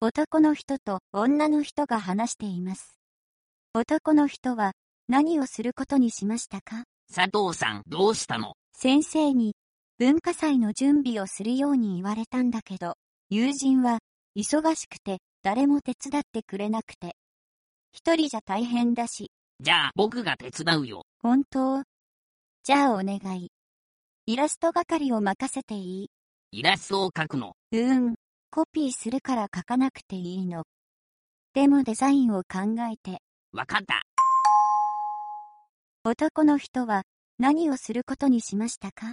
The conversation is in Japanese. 男の人と女の人が話しています。男の人は何をすることにしましたか佐藤さんどうしたの先生に文化祭の準備をするように言われたんだけど、友人は忙しくて誰も手伝ってくれなくて。一人じゃ大変だし、じゃあ僕が手伝うよ。本当じゃあお願い。イラスト係を任せていいイラストを描くの。うーん、コピーするから書かなくていいの。でもデザインを考えて、わかった。男の人は何をすることにしましたか